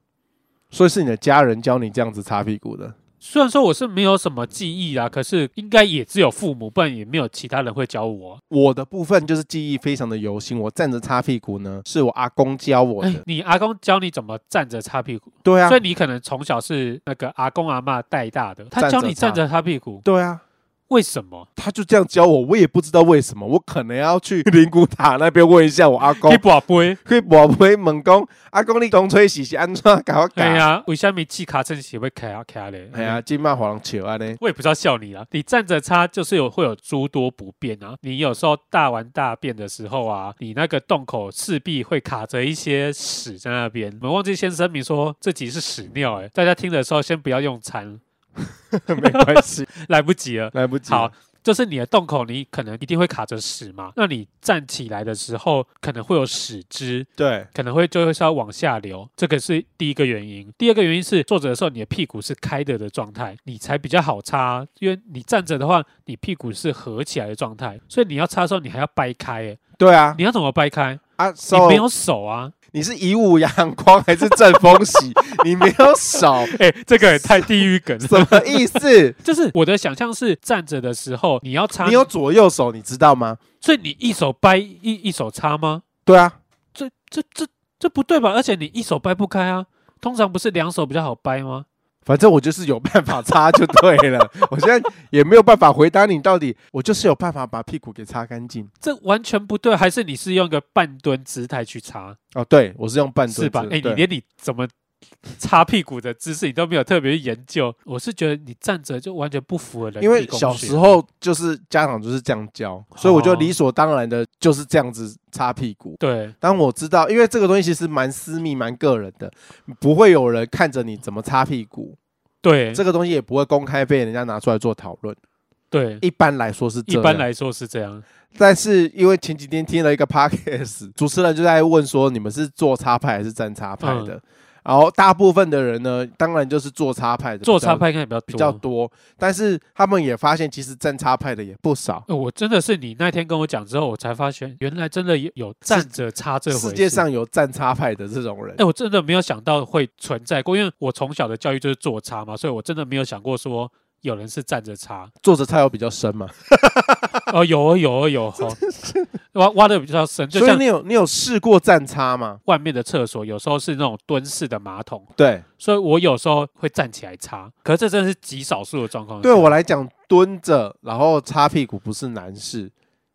Speaker 1: 所以是你的家人教你这样子擦屁股的。
Speaker 2: 虽然说我是没有什么记忆啦，可是应该也只有父母，不然也没有其他人会教我。
Speaker 1: 我的部分就是记忆非常的犹新，我站着擦屁股呢，是我阿公教我的。
Speaker 2: 哎，你阿公教你怎么站着擦屁股，
Speaker 1: 对啊
Speaker 2: 所，以你可能从小是那个阿公阿嬷带大的，他
Speaker 1: 站着
Speaker 2: 教你
Speaker 1: 擦
Speaker 2: 站着擦屁股，
Speaker 1: 对啊，
Speaker 2: 为什么？
Speaker 1: 他就这样教我，我也不知道为什么，我可能要去灵骨塔那边问一下我阿公
Speaker 2: 你。宝贝，
Speaker 1: 去宝贝问讲，阿公你东吹西是安怎搞搞？
Speaker 2: 哎呀，为什么气卡正是会卡啊卡嘞？
Speaker 1: 哎呀，，金马黄球啊呢？
Speaker 2: 我也不知道笑你啊。你站着擦就是有会有诸多不便啊。你有时候大完大便的时候啊，你那个洞口势必会卡着一些屎在那边。我们忘记先声明说这集是屎尿、哎，大家听的时候先不要用餐，
Speaker 1: 没关系，
Speaker 2: 来不及了。
Speaker 1: 来不及。
Speaker 2: 好，，就是你的洞口，你可能一定会卡着屎嘛。那你站起来的时候，可能会有屎汁，
Speaker 1: 对，
Speaker 2: 可能会就会是要往下流，这个是第一个原因。第二个原因是坐着的时候，你的屁股是开着的状态，你才比较好擦啊，因为你站着的话，你屁股是合起来的状态，所以你要擦的时候，你还要掰开 耶，
Speaker 1: 对啊，
Speaker 2: 你要怎么掰开？
Speaker 1: 啊，
Speaker 2: 你
Speaker 1: 手
Speaker 2: 没有手 啊，
Speaker 1: 你是以武阳光还是正风喜？你没有手，
Speaker 2: 哎，这个也太地狱梗
Speaker 1: 什
Speaker 2: 了。
Speaker 1: 么意思？
Speaker 2: 就是我的想象是站着的时候，你要擦，
Speaker 1: 你有左右手，你知道吗？
Speaker 2: 所以你一手掰一一手擦吗？
Speaker 1: 对啊，
Speaker 2: 这这这这不对吧？而且你一手掰不开啊，通常不是两手比较好掰吗？
Speaker 1: 反正我就是有办法擦就对 了。我现在也没有办法回答你到底，我就是有办法把屁股给擦干净。
Speaker 2: 这完全不对，还是你是用一个半蹲姿态去擦，
Speaker 1: 哦，对，我是用半蹲姿，
Speaker 2: 是吧？哎，你
Speaker 1: 对
Speaker 2: 连你怎么擦屁股的姿势你都没有特别研究，我是觉得你站着就完全不符合人体
Speaker 1: 因为
Speaker 2: 工学哦
Speaker 1: 小时候就是家长就是这样教，所以我就理所当然的就是这样子擦屁股。
Speaker 2: 对
Speaker 1: 当我知道，因为这个东西其实蛮私密、蛮个人的，不会有人看着你怎么擦屁股，
Speaker 2: 对，
Speaker 1: 这个东西也不会公开被人家拿出来做讨论。
Speaker 2: 对，
Speaker 1: 一般来说是这
Speaker 2: 一
Speaker 1: 样，
Speaker 2: 般来说是这样。
Speaker 1: 但是因为前几天听了一个 podcast，主持人就在问说你们是做插派还是站插派的，
Speaker 2: 嗯
Speaker 1: 然后大部分的人呢，当然就是做插派的，
Speaker 2: 做插派应该比较
Speaker 1: 比较
Speaker 2: 多。
Speaker 1: 多，但是他们也发现其实站插派的也不少。
Speaker 2: 呃我真的是你那天跟我讲之后，我才发现原来真的有有站着插这回
Speaker 1: 世
Speaker 2: 事
Speaker 1: 界上有站插派的这种人
Speaker 2: 哎、，我真的没有想到会存在过，因为我从小的教育就是坐差嘛，所以我真的没有想过说有人是站着差。
Speaker 1: 坐着插有比较深嘛，
Speaker 2: 哦，有哦，有哦，有哦，挖挖的比较深，就
Speaker 1: 所以
Speaker 2: 像
Speaker 1: 你有你有试过站插吗？
Speaker 2: 外面的厕所有时候是那种蹲式的马桶，
Speaker 1: 对，
Speaker 2: 所以我有时候会站起来擦，可是这真的是极少数的状况下。
Speaker 1: 对我来讲，蹲着然后擦屁股不是难事，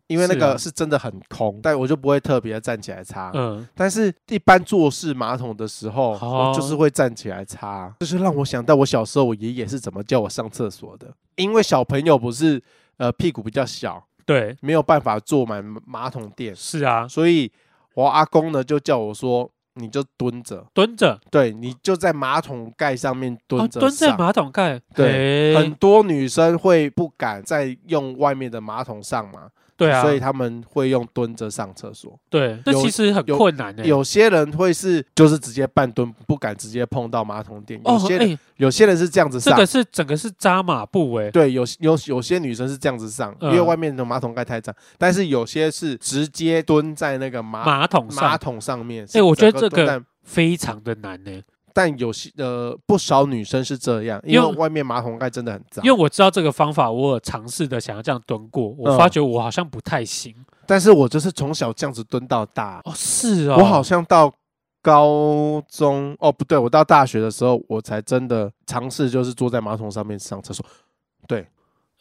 Speaker 1: 因为那
Speaker 2: 是啊
Speaker 1: 个是真的很空，但我就不会特别站起来擦。
Speaker 2: 嗯，
Speaker 1: 但是一般坐式马桶的时候，
Speaker 2: 哦
Speaker 1: 我就是会站起来擦，就是让我想到我小时候我爷爷是怎么叫我上厕所的。因为小朋友不是呃屁股比较小，
Speaker 2: 对，
Speaker 1: 没有办法坐满马桶垫，
Speaker 2: 是啊，
Speaker 1: 所以我阿公呢就叫我说，你就蹲着，
Speaker 2: 蹲着，
Speaker 1: 对你就在马桶盖上面
Speaker 2: 哦
Speaker 1: 蹲着
Speaker 2: 蹲在
Speaker 1: 上。
Speaker 2: 马桶盖，
Speaker 1: 对，
Speaker 2: 嘿
Speaker 1: 很多女生会不敢再用外面的马桶上嘛，
Speaker 2: 对啊，
Speaker 1: 所以他们会用蹲着上厕所。
Speaker 2: 对，这
Speaker 1: 有
Speaker 2: 其实很
Speaker 1: 有
Speaker 2: 困难欸的。
Speaker 1: 有些人会是就是直接半蹲，不敢直接碰到马桶垫。有
Speaker 2: 哦，
Speaker 1: 些人、
Speaker 2: 哎，
Speaker 1: 有些人是这样子
Speaker 2: 这
Speaker 1: 上，
Speaker 2: 个是整个是扎马步哎，
Speaker 1: 对，有有有些女生是这样子上，
Speaker 2: 嗯
Speaker 1: 因为外面的马桶盖太脏。但是有些是直接蹲在那个马
Speaker 2: 马桶
Speaker 1: 马
Speaker 2: 上
Speaker 1: 桶上面。
Speaker 2: 哎我觉得
Speaker 1: 是整
Speaker 2: 这个
Speaker 1: 蹲在
Speaker 2: 非常的难欸呢，
Speaker 1: 但有些呃不少女生是这样，
Speaker 2: 因
Speaker 1: 因
Speaker 2: 为
Speaker 1: 为外面马桶盖真的很脏
Speaker 2: 因为。我知道这个方法，我有尝试的想要这样蹲过，我
Speaker 1: 嗯
Speaker 2: 发觉我好像不太行。
Speaker 1: 但是我就是从小这样子蹲到大，
Speaker 2: 哦，是哦，
Speaker 1: 我好像到。高中哦，不对，我到大学的时候，我才真的尝试就是坐在马桶上面上厕所。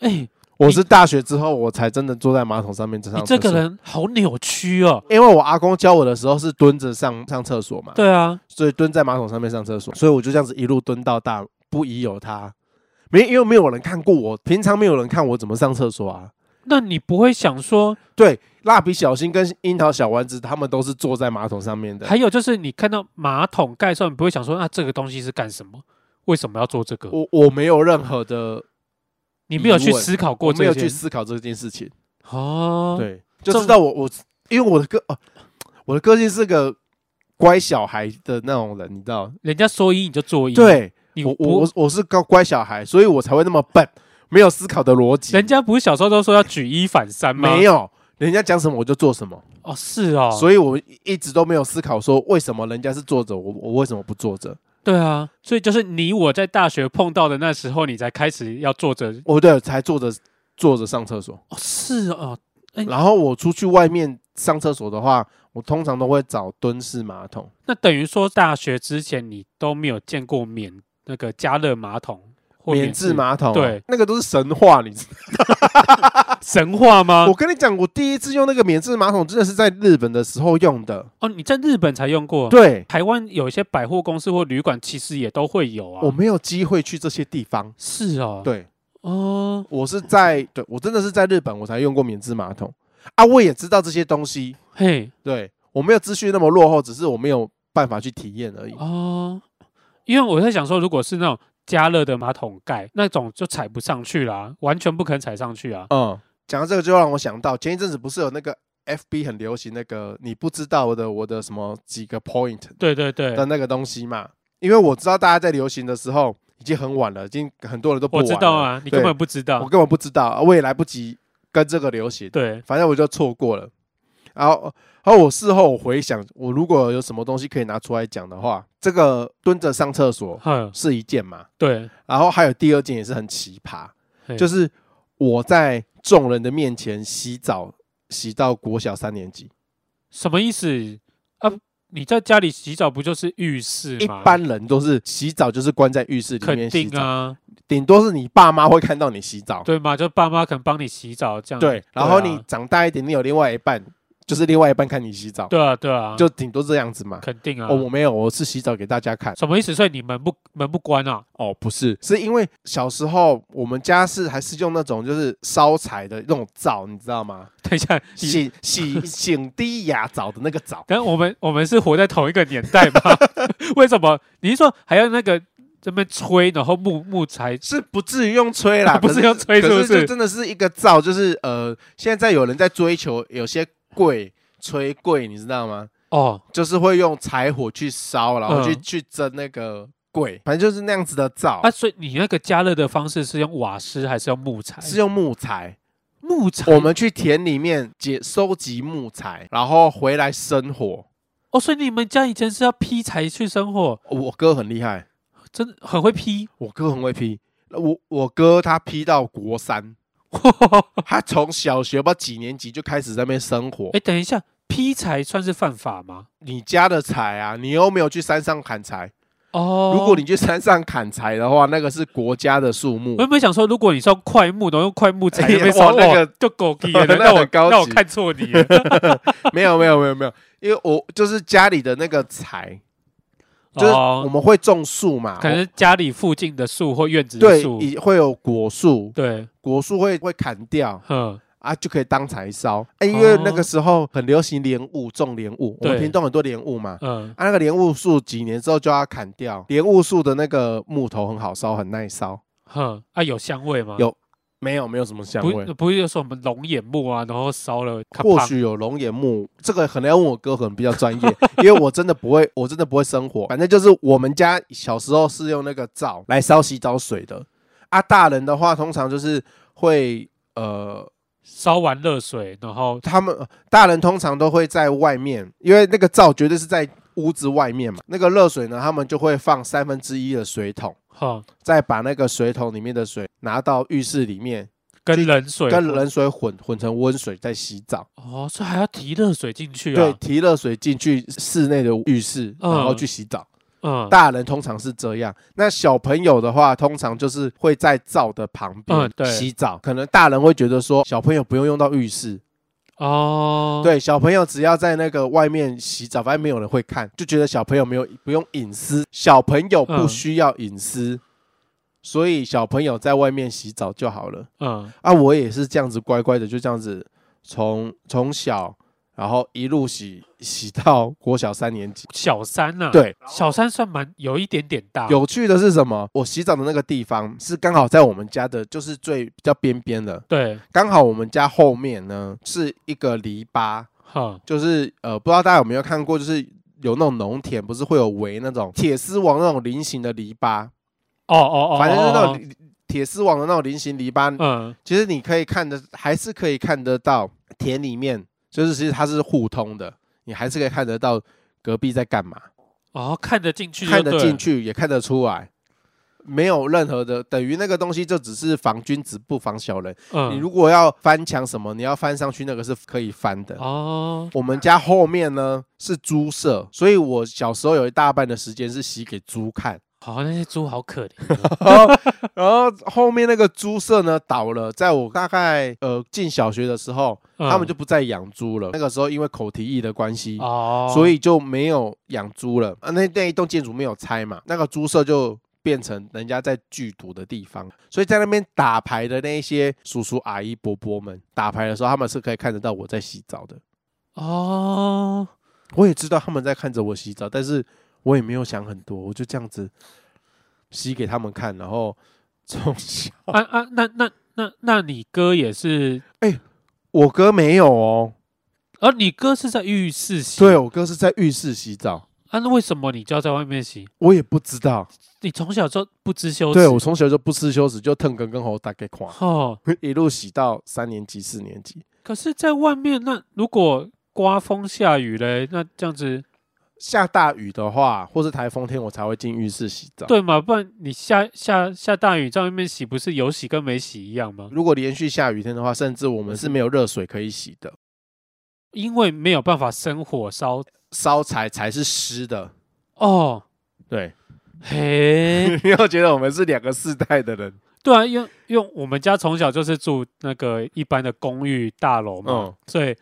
Speaker 2: 哎，
Speaker 1: 我是大学之后，我才真的坐在马桶上面上
Speaker 2: 你
Speaker 1: 厕所。
Speaker 2: 这个，人好扭曲哦。
Speaker 1: 因为我阿公教我的时候是蹲着上上厕所嘛，
Speaker 2: 对啊，
Speaker 1: 所以蹲在马桶上面上厕所，所以我就这样子一路蹲到大，不疑有他。没，因为没有人看过我，平常没有人看我怎么上厕所啊。
Speaker 2: 那你不会想说，
Speaker 1: 对，蜡笔小新跟樱桃小丸子他们都是坐在马桶上面的。
Speaker 2: 还有就是你看到马桶盖的时候，你不会想说，啊，这个东西是干什么？为什么要做这个？
Speaker 1: 我我没有任何的，
Speaker 2: 你没有去
Speaker 1: 疑问
Speaker 2: 思考过
Speaker 1: 我没
Speaker 2: 这
Speaker 1: 有去
Speaker 2: 些
Speaker 1: 思考这件事情。
Speaker 2: 哦，，
Speaker 1: 对，就
Speaker 2: 这
Speaker 1: 知道我我因为我的个哦，我的个性是个乖小孩的那种人，你知道。
Speaker 2: 人家说一你就做一，，
Speaker 1: 对，
Speaker 2: 你
Speaker 1: 我
Speaker 2: 不
Speaker 1: 我我我是个乖小孩，所以我才会那么笨，没有思考的逻辑。
Speaker 2: 人家不是小时候都说要举一反三吗？
Speaker 1: 没有，人家讲什么我就做什么，
Speaker 2: 哦，是哦，以
Speaker 1: 所以我一直都没有思考说为什么人家是坐着，我我为什么不坐着？
Speaker 2: 对啊，所以就是你我在大学碰到的那时候，你才开始要坐着，
Speaker 1: 哦，对，才坐着坐着上厕所。
Speaker 2: 哦，是哦，哎
Speaker 1: 然后我出去外面上厕所的话，我通常都会找蹲式马桶。
Speaker 2: 那等于说大学之前你都没有见过免那个加热马桶或
Speaker 1: 免治马桶啊、
Speaker 2: 对
Speaker 1: 那个都是神话，你知道。
Speaker 2: 神话吗
Speaker 1: 我？跟你讲，我第一次用那个免治马桶，真的是在日本的时候用的。
Speaker 2: 哦，你在日本才用过，
Speaker 1: 对，
Speaker 2: 台湾有一些百货公司或旅馆其实也都会有啊。
Speaker 1: 我没有机会去这些地方。
Speaker 2: 是哦，，
Speaker 1: 对，
Speaker 2: 哦，
Speaker 1: 我是在对我真的是在日本我才用过免治马桶啊，我也知道这些东西，
Speaker 2: 嘿，
Speaker 1: 对我没有资讯那么落后，只是我没有办法去体验而已。
Speaker 2: 哦，因为我在想说，如果是那种加热的马桶盖那种，就踩不上去啦，完全不肯踩上去啊。
Speaker 1: 嗯，讲到这个就让我想到前一阵子不是有那个 FB 很流行那个你不知道的我的什么几个 point
Speaker 2: 对对对，
Speaker 1: 的那个东西嘛？因为我知道大家在流行的时候已经很晚了，已经很多人都不
Speaker 2: 我
Speaker 1: 玩
Speaker 2: 知道
Speaker 1: 了，
Speaker 2: 啊，你根
Speaker 1: 对
Speaker 2: 本不知
Speaker 1: 我
Speaker 2: 道。
Speaker 1: 根本不知道，啊我也来不及跟这个流行。
Speaker 2: 对，
Speaker 1: 反正我就错过了。然后，然后我事后我回想，我如果有什么东西可以拿出来讲的话，这个蹲着上厕所
Speaker 2: 哼，
Speaker 1: 是一件嘛，
Speaker 2: 对，
Speaker 1: 然后还有第二件也是很奇葩，
Speaker 2: 嘿
Speaker 1: 就是我在众人的面前洗澡，洗到国小三年级，
Speaker 2: 什么意思啊？你在家里洗澡不就是浴室
Speaker 1: 一
Speaker 2: 吗？
Speaker 1: 般人都是洗澡就是关在浴室里
Speaker 2: 肯
Speaker 1: 面洗
Speaker 2: 定
Speaker 1: 澡，
Speaker 2: 啊，
Speaker 1: 顶多是你爸妈会看到你洗澡，
Speaker 2: 对啊嘛？就爸妈可能帮你洗澡这样。
Speaker 1: 对，然后你长大一点，你有另外一半，就是另外一半看你洗澡，
Speaker 2: 对啊，对啊，
Speaker 1: 就顶多这样子嘛。
Speaker 2: 肯定啊。
Speaker 1: 哦，我没有，我是洗澡给大家看。
Speaker 2: 什么意思？所以你门不门不 关啊？
Speaker 1: 哦，不是，是因为小时候我们家是还是用那种就是烧柴的那种灶，你知道吗？
Speaker 2: 等一下，你
Speaker 1: 醒 醒醒低牙澡的那个澡，
Speaker 2: 等一下我们我们是活在同一个年代吗？为什么？你是说还要那个这边吹，然后木木材
Speaker 1: 是不至于用吹啦，
Speaker 2: 不
Speaker 1: 可
Speaker 2: 是用吹
Speaker 1: 可
Speaker 2: 是不
Speaker 1: 是就是真的是一个造，就是呃，现在有人在追求有些贵吹贵，你知道吗？
Speaker 2: 哦，
Speaker 1: 就是会用柴火去烧，然后去、
Speaker 2: 嗯
Speaker 1: 去蒸那个贵，反正就是那样子的灶，
Speaker 2: 啊，所以你那个加热的方式是用瓦斯还是用木材？
Speaker 1: 是用木材。
Speaker 2: 木材。
Speaker 1: 我们去田里面捡收集木材，然后回来生火。
Speaker 2: 哦，所以你们家以前是要劈柴去生火，
Speaker 1: 我哥很厉害，
Speaker 2: 真的很会劈。
Speaker 1: 我哥很会劈。我我哥他劈到国 三，他从小学不知道几年级就开始在那边生火。
Speaker 2: 哎，等一下，劈柴算是犯法吗？
Speaker 1: 你家的柴啊，你又没有去山上砍柴。
Speaker 2: 哦，
Speaker 1: 如果你去山上砍柴的话，那个是国家的树木
Speaker 2: 我。原本想说，如果你是用块木，然后用块木材
Speaker 1: 哎呀
Speaker 2: 被烧，
Speaker 1: 哇那
Speaker 2: 哇
Speaker 1: 个
Speaker 2: 就狗屁
Speaker 1: ，
Speaker 2: 了
Speaker 1: 那
Speaker 2: 那我
Speaker 1: 很高
Speaker 2: 那我
Speaker 1: 级
Speaker 2: 看错你了。
Speaker 1: 没有没有没有没有，因为我就是家里的那个柴， 就是我
Speaker 2: 哦，
Speaker 1: 们会种树嘛，
Speaker 2: 可能家里附近的树或院子的
Speaker 1: 对，
Speaker 2: 树，
Speaker 1: 以会有果树，
Speaker 2: 对，
Speaker 1: 果树会会砍掉
Speaker 2: 嗯，
Speaker 1: 啊，就可以当柴烧。哎，因为那个时候很流行莲雾，种莲雾，我们
Speaker 2: 哦对
Speaker 1: 屏东很多莲雾嘛。
Speaker 2: 嗯，
Speaker 1: 啊，那个莲雾树几年之后就要砍掉，莲雾树的那个木头很好烧，很耐烧，
Speaker 2: 哼，啊，有香味吗？
Speaker 1: 有没有没有什么香味
Speaker 2: 不，。不是就说我们龙眼木啊，然后烧了，咔
Speaker 1: 或
Speaker 2: 砰
Speaker 1: 许有龙眼木，这个可能要问我哥，可能比较专业，因为我真的不会，我真的不会生火。反正就是我们家小时候是用那个灶来烧洗澡水的，啊，大人的话通常就是会呃，
Speaker 2: 烧完热水，然后
Speaker 1: 他们呃大人通常都会在外面，因为那个灶绝对是在屋子外面嘛，那个热水呢，他们就会放三分之一的水桶。
Speaker 2: 哼，
Speaker 1: 再把那个水桶里面的水拿到浴室里面，
Speaker 2: 跟冷水
Speaker 1: 跟
Speaker 2: 混
Speaker 1: 冷水混混成温水再洗澡。
Speaker 2: 哦，所以还要提热水进去
Speaker 1: 对，
Speaker 2: 啊。
Speaker 1: 提热水进去室内的浴室，
Speaker 2: 嗯
Speaker 1: 然后去洗澡。
Speaker 2: 嗯
Speaker 1: 大人通常是这样，那小朋友的话，通常就是会在灶的旁
Speaker 2: 嗯
Speaker 1: 边
Speaker 2: 对
Speaker 1: 洗澡。可能大人会觉得说，小朋友不用用到浴室，
Speaker 2: 哦，
Speaker 1: 对，小朋友只要在那个外面洗澡，反正没有人会看，就觉得小朋友没有不用隐私，小朋友不
Speaker 2: 嗯
Speaker 1: 需要隐私，所以小朋友在外面洗澡就好了。
Speaker 2: 嗯，
Speaker 1: 啊，我也是这样子乖乖的，就这样子从从小，然后一路洗洗到国小三年级。
Speaker 2: 小三呐、，
Speaker 1: 对，
Speaker 2: 小三算蛮有一点点大，
Speaker 1: 有趣的是什么？我洗澡的那个地方是刚好在我们家的，就是最比较边边的，
Speaker 2: 对，
Speaker 1: 刚好我们家后面呢是一个篱笆，
Speaker 2: 哼，
Speaker 1: 就是呃，不知道大家有没有看过，就是有那种农田，不是会有围那种铁丝网那种菱形的篱笆，
Speaker 2: 哦哦哦，
Speaker 1: 反正就是那
Speaker 2: 哦
Speaker 1: 种篱铁丝网的那种菱形篱笆，
Speaker 2: 哦
Speaker 1: 其实你可以看的，还是可以看得到田里面，就是其实它是互通的，你还是可以看得到隔壁在干嘛，
Speaker 2: 嗯，哦，看得进去，
Speaker 1: 看得进，去也看得出来，没有任何的等于那个东西就只是防君子不防小人。你
Speaker 2: 嗯，
Speaker 1: 如果要翻墙什么，你要翻上去那个是可以翻的。
Speaker 2: 哦，
Speaker 1: 我们家后面呢是猪舍，所以我小时候有一大半的时间是洗给猪 看。
Speaker 2: 好、那些猪好可怜哦、
Speaker 1: 然后，然后后面那个猪舍呢倒了，在我大概呃进小学的时候，
Speaker 2: 嗯
Speaker 1: 他们就不再养猪了。那个时候因为口蹄疫的关系，
Speaker 2: 哦，
Speaker 1: 所以就没有养猪了。啊、那那一栋建筑没有拆嘛，那个猪舍就变成人家在剧毒的地方。所以在那边打牌的那一些叔叔阿姨伯伯们打牌的时候，他们是可以看得到我在洗澡的。
Speaker 2: 哦，
Speaker 1: 我也知道他们在看着我洗澡，但是我也没有想很多，我就这样子洗给他们看，然后从小。
Speaker 2: 啊啊，那那那那你哥也是，
Speaker 1: 我哥没有哦，
Speaker 2: 而、你哥是在浴室洗，
Speaker 1: 对我哥是在浴室洗澡，
Speaker 2: 啊，那为什么你就要在外面洗？
Speaker 1: 我也不知道。
Speaker 2: 你从小就不知羞耻，
Speaker 1: 对我从小就不吃羞耻，就腾根跟猴打给垮，
Speaker 2: 哦，
Speaker 1: 一路洗到三年级、四年级。
Speaker 2: 可是，在外面那如果刮风下雨嘞，那这样子
Speaker 1: 下大雨的话，或是台风天，我才会进浴室洗澡。，
Speaker 2: 对嘛？不然你下下下大雨在外面洗，不是有洗跟没洗一样吗？
Speaker 1: 如果连续下雨天的话，甚至我们是没有热水可以洗的，
Speaker 2: 因为没有办法生火烧
Speaker 1: 烧柴才是湿的。
Speaker 2: 哦，
Speaker 1: 对，
Speaker 2: 嘿，
Speaker 1: 你要觉得我们是两个世代的人，
Speaker 2: 对啊，因为因为我们家从小就是住那个一般的公寓大楼嘛，
Speaker 1: 嗯
Speaker 2: 所以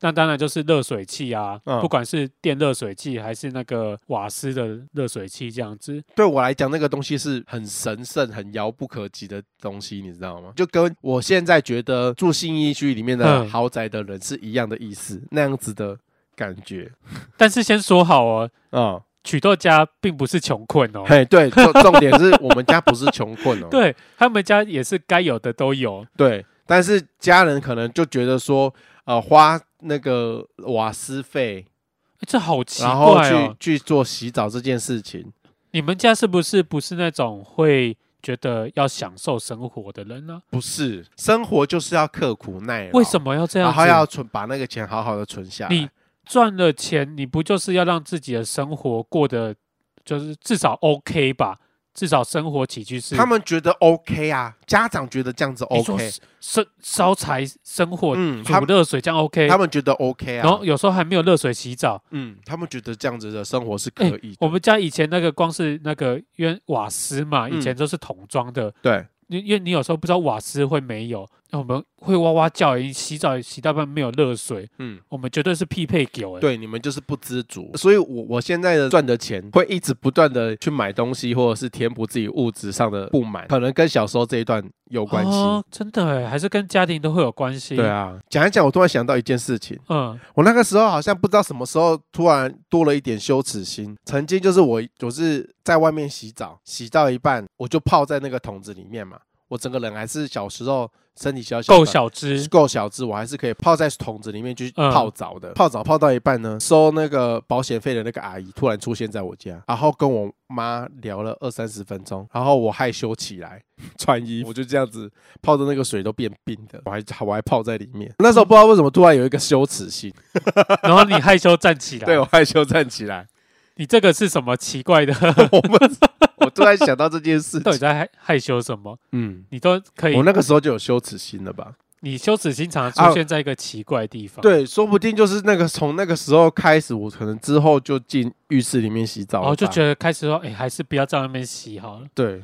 Speaker 2: 那当然就是热水器啊，
Speaker 1: 嗯
Speaker 2: 不管是电热水器还是那个瓦斯的热水器这样子，
Speaker 1: 对我来讲，那个东西是很神圣、很遥不可及的东西，你知道吗？就跟我现在觉得住信义区里面的
Speaker 2: 嗯
Speaker 1: 豪宅的人是一样的意思，那样子的感觉
Speaker 2: 但是先说好哦，
Speaker 1: 啊、
Speaker 2: 曲豆家并不是穷困哦，
Speaker 1: 嘿，对，重重点是我们家不是穷困哦，
Speaker 2: 对他们家也是该有的都有，
Speaker 1: 对，但是家人可能就觉得说，呃，花那个瓦斯费，
Speaker 2: 诶这好奇
Speaker 1: 然后
Speaker 2: 怪
Speaker 1: 去
Speaker 2: 哦。
Speaker 1: 去做洗澡这件事情，
Speaker 2: 你们家是不是不是那种会觉得要享受生活的人呢、
Speaker 1: 不是生活就是要刻苦耐劳，
Speaker 2: 为什么要这样
Speaker 1: 然
Speaker 2: 子？
Speaker 1: 后要存把那个钱好好的存下
Speaker 2: 你
Speaker 1: 来，
Speaker 2: 赚了钱，你不就是要让自己的生活过得就是至少 OK 吧？至少生活起居是
Speaker 1: 他们觉得 OK 啊，家长觉得这样子
Speaker 2: 你说
Speaker 1: OK，
Speaker 2: 生烧柴生火、
Speaker 1: 嗯他
Speaker 2: 煮热水这样 OK，
Speaker 1: 他们觉得 OK
Speaker 2: 然
Speaker 1: 啊
Speaker 2: 后，有时候还没有热水洗澡。
Speaker 1: 嗯，他们觉得这样子的生活是可
Speaker 2: 哎
Speaker 1: 以的，
Speaker 2: 我们家以前那个光是那个因为瓦斯嘛，以前
Speaker 1: 嗯
Speaker 2: 都是桶装的，
Speaker 1: 对，
Speaker 2: 因因为你有时候不知道瓦斯会没有，那我们会哇哇叫，你洗澡洗到一半没有热水，
Speaker 1: 嗯。
Speaker 2: 我们绝对是匹配狗哎。
Speaker 1: 对，你们就是不知足，所以我我现在的赚的钱会一直不断的去买东西，或者是填补自己物质上的不满，可能跟小时候这一段有关系。
Speaker 2: 哦，真的哎，还是跟家庭都会有关系。
Speaker 1: 对，啊，讲一讲，我突然想到一件事情，
Speaker 2: 嗯，
Speaker 1: 我那个时候好像不知道什么时候突然多了一点羞耻心。曾经就是我，我是在外面洗澡，洗到一半我就泡在那个桶子里面嘛，我整个人还是小时候身体小小的
Speaker 2: 够小 只，
Speaker 1: 够小只，我还是可以泡在桶子里面去
Speaker 2: 嗯
Speaker 1: 泡澡的。泡澡泡到一半呢，收那个保险费的那个阿姨突然出现在我家，然后跟我妈聊了二三十分钟，然后我害羞起来，穿衣服，我就这样子泡的那个水都变冰的，我还我还泡在里面。那时候不知道为什么突然有一个羞耻心，
Speaker 2: 然后你害羞站起来。
Speaker 1: 对我哦害羞站起 来，
Speaker 2: 你这个是什么奇怪的？
Speaker 1: 我不知道我突然想到这件事
Speaker 2: 到底
Speaker 1: 情，
Speaker 2: 在害害羞什么？
Speaker 1: 嗯。
Speaker 2: 你都可以
Speaker 1: 我，那个时候就有羞耻心了吧？
Speaker 2: 你羞耻心常常出现在一个奇怪的地方。，
Speaker 1: 啊对，说不定就是那个从那个时候开始，我可能之后就进浴室里面洗澡
Speaker 2: 然
Speaker 1: 了吧，
Speaker 2: 后哦就觉得开始说，哎，还是不要在外面洗好了。
Speaker 1: 对，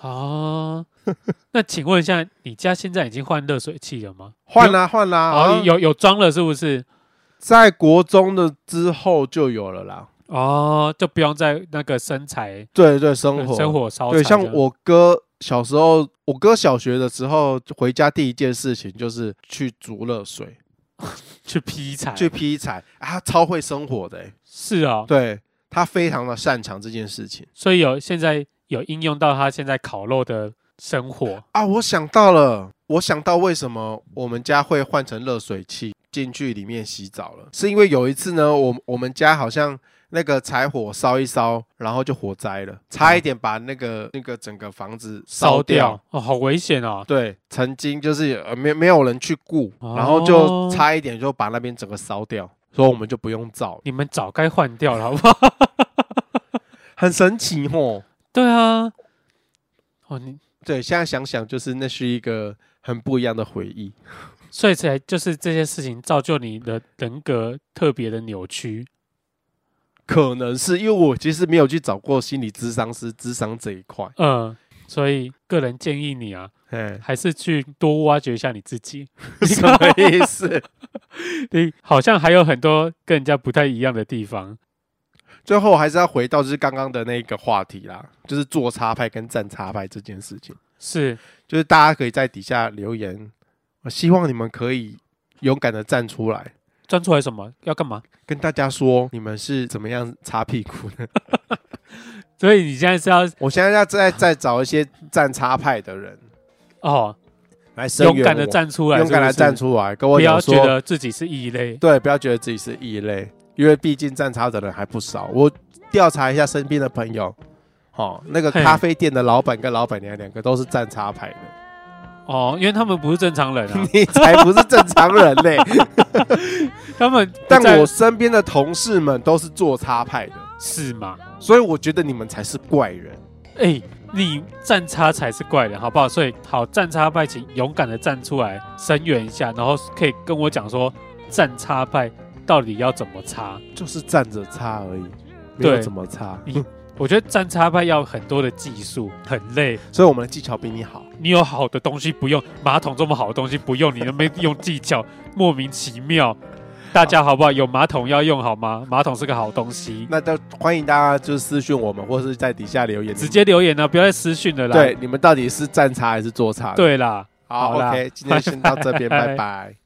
Speaker 2: 啊， 那请问一下，你家现在已经换热水器了吗？
Speaker 1: 换啦换啦，好
Speaker 2: 哦
Speaker 1: 像，
Speaker 2: 有有装了是不是？
Speaker 1: 在国中的之后就有了啦。
Speaker 2: 哦，就不用在那个生财
Speaker 1: 对对，生活
Speaker 2: 生，活烧
Speaker 1: 对，
Speaker 2: 柴
Speaker 1: 像
Speaker 2: 这样
Speaker 1: 我哥小时候，我哥小学的时候回家第一件事情就是去煮热水，
Speaker 2: 去劈柴，
Speaker 1: 去劈柴啊，他超会生火的欸，
Speaker 2: 是哦，
Speaker 1: 对他非常的擅长这件事情
Speaker 2: 所以有现在有应用到他现在烤肉的生活。
Speaker 1: 啊。我想到了，我想到为什么我们家会换成热水器进去里面洗澡了，是因为有一次呢，我我们家好像那个柴火烧一烧，然后就火灾了，差一点把那个那个整个房子烧掉。
Speaker 2: 哦，好危险哦！
Speaker 1: 对，曾经就是呃没没有人去顾，
Speaker 2: 哦
Speaker 1: 然后就差一点就把那边整个烧掉，所以我们就不用造，
Speaker 2: 你们早该换掉了，好不好？
Speaker 1: 很神奇哦。
Speaker 2: 对啊，哦，你
Speaker 1: 对，现在想想就是那是一个很不一样的回忆。
Speaker 2: 所以才就是这些事情造就你的人格特别的扭曲。
Speaker 1: 可能是因为我其实没有去找过心理咨商师咨商这一块，
Speaker 2: 嗯，所以个人建议你啊，
Speaker 1: 哎，
Speaker 2: 还是去多挖掘一下你自己。
Speaker 1: 什么意思？
Speaker 2: 你好像还有很多跟人家不太一样的地方。
Speaker 1: 最后还是要回到就是刚刚的那个话题啦，就是做插派跟站插派这件事情，
Speaker 2: 是，
Speaker 1: 就是大家可以在底下留言，我希望你们可以勇敢的站出来，
Speaker 2: 钻出来什么？要干嘛？
Speaker 1: 跟大家说你们是怎么样擦屁股的。
Speaker 2: 所以你现在是要
Speaker 1: 我现在要再再找一些站插派的人
Speaker 2: 哦，
Speaker 1: 来声援
Speaker 2: 勇敢的
Speaker 1: 我，
Speaker 2: 站出来，
Speaker 1: 勇敢
Speaker 2: 是
Speaker 1: 的
Speaker 2: 不是
Speaker 1: 站，出来，跟
Speaker 2: 不
Speaker 1: 我
Speaker 2: 要
Speaker 1: 讲
Speaker 2: 觉
Speaker 1: 说，
Speaker 2: 得自己是异类。
Speaker 1: 对，不要觉得自己是异类，因为毕竟站插的人还不少。我调查一下身边的朋友，哦，那个
Speaker 2: 嘿
Speaker 1: 咖啡店的老板跟老板娘两个都是站插派的。，
Speaker 2: 哦，因为他们不是正常人啊
Speaker 1: 你才不是正常人嘞、
Speaker 2: 他们不
Speaker 1: 但
Speaker 2: 在
Speaker 1: 我身边的同事们都是做差派的，
Speaker 2: 是嘛？
Speaker 1: 所以我觉得你们才是怪人。
Speaker 2: 哎、你站差才是怪人，好不好？所以好站差派，请勇敢的站出来声援一下，然后可以跟我讲说站差派到底要怎么差。
Speaker 1: 就是站着擦而已，没
Speaker 2: 对
Speaker 1: 有怎么擦。
Speaker 2: 我觉得站差派要很多的技术，很累。
Speaker 1: 所以我们的技巧比你好。
Speaker 2: 你有好的东西不用，马桶这么好的东西不用，你都没用技巧，莫名其妙。大家好不好？有马桶要用好吗？马桶是个好东西，
Speaker 1: 那都欢迎大家就是私讯我们，或是在底下留言。
Speaker 2: 直接留言呢、啊不要再私讯了啦。
Speaker 1: 对你们到底是站差还是做差？
Speaker 2: 对啦，
Speaker 1: 好
Speaker 2: 好啦
Speaker 1: ，OK，今天先到这边，
Speaker 2: 拜拜
Speaker 1: 拜拜。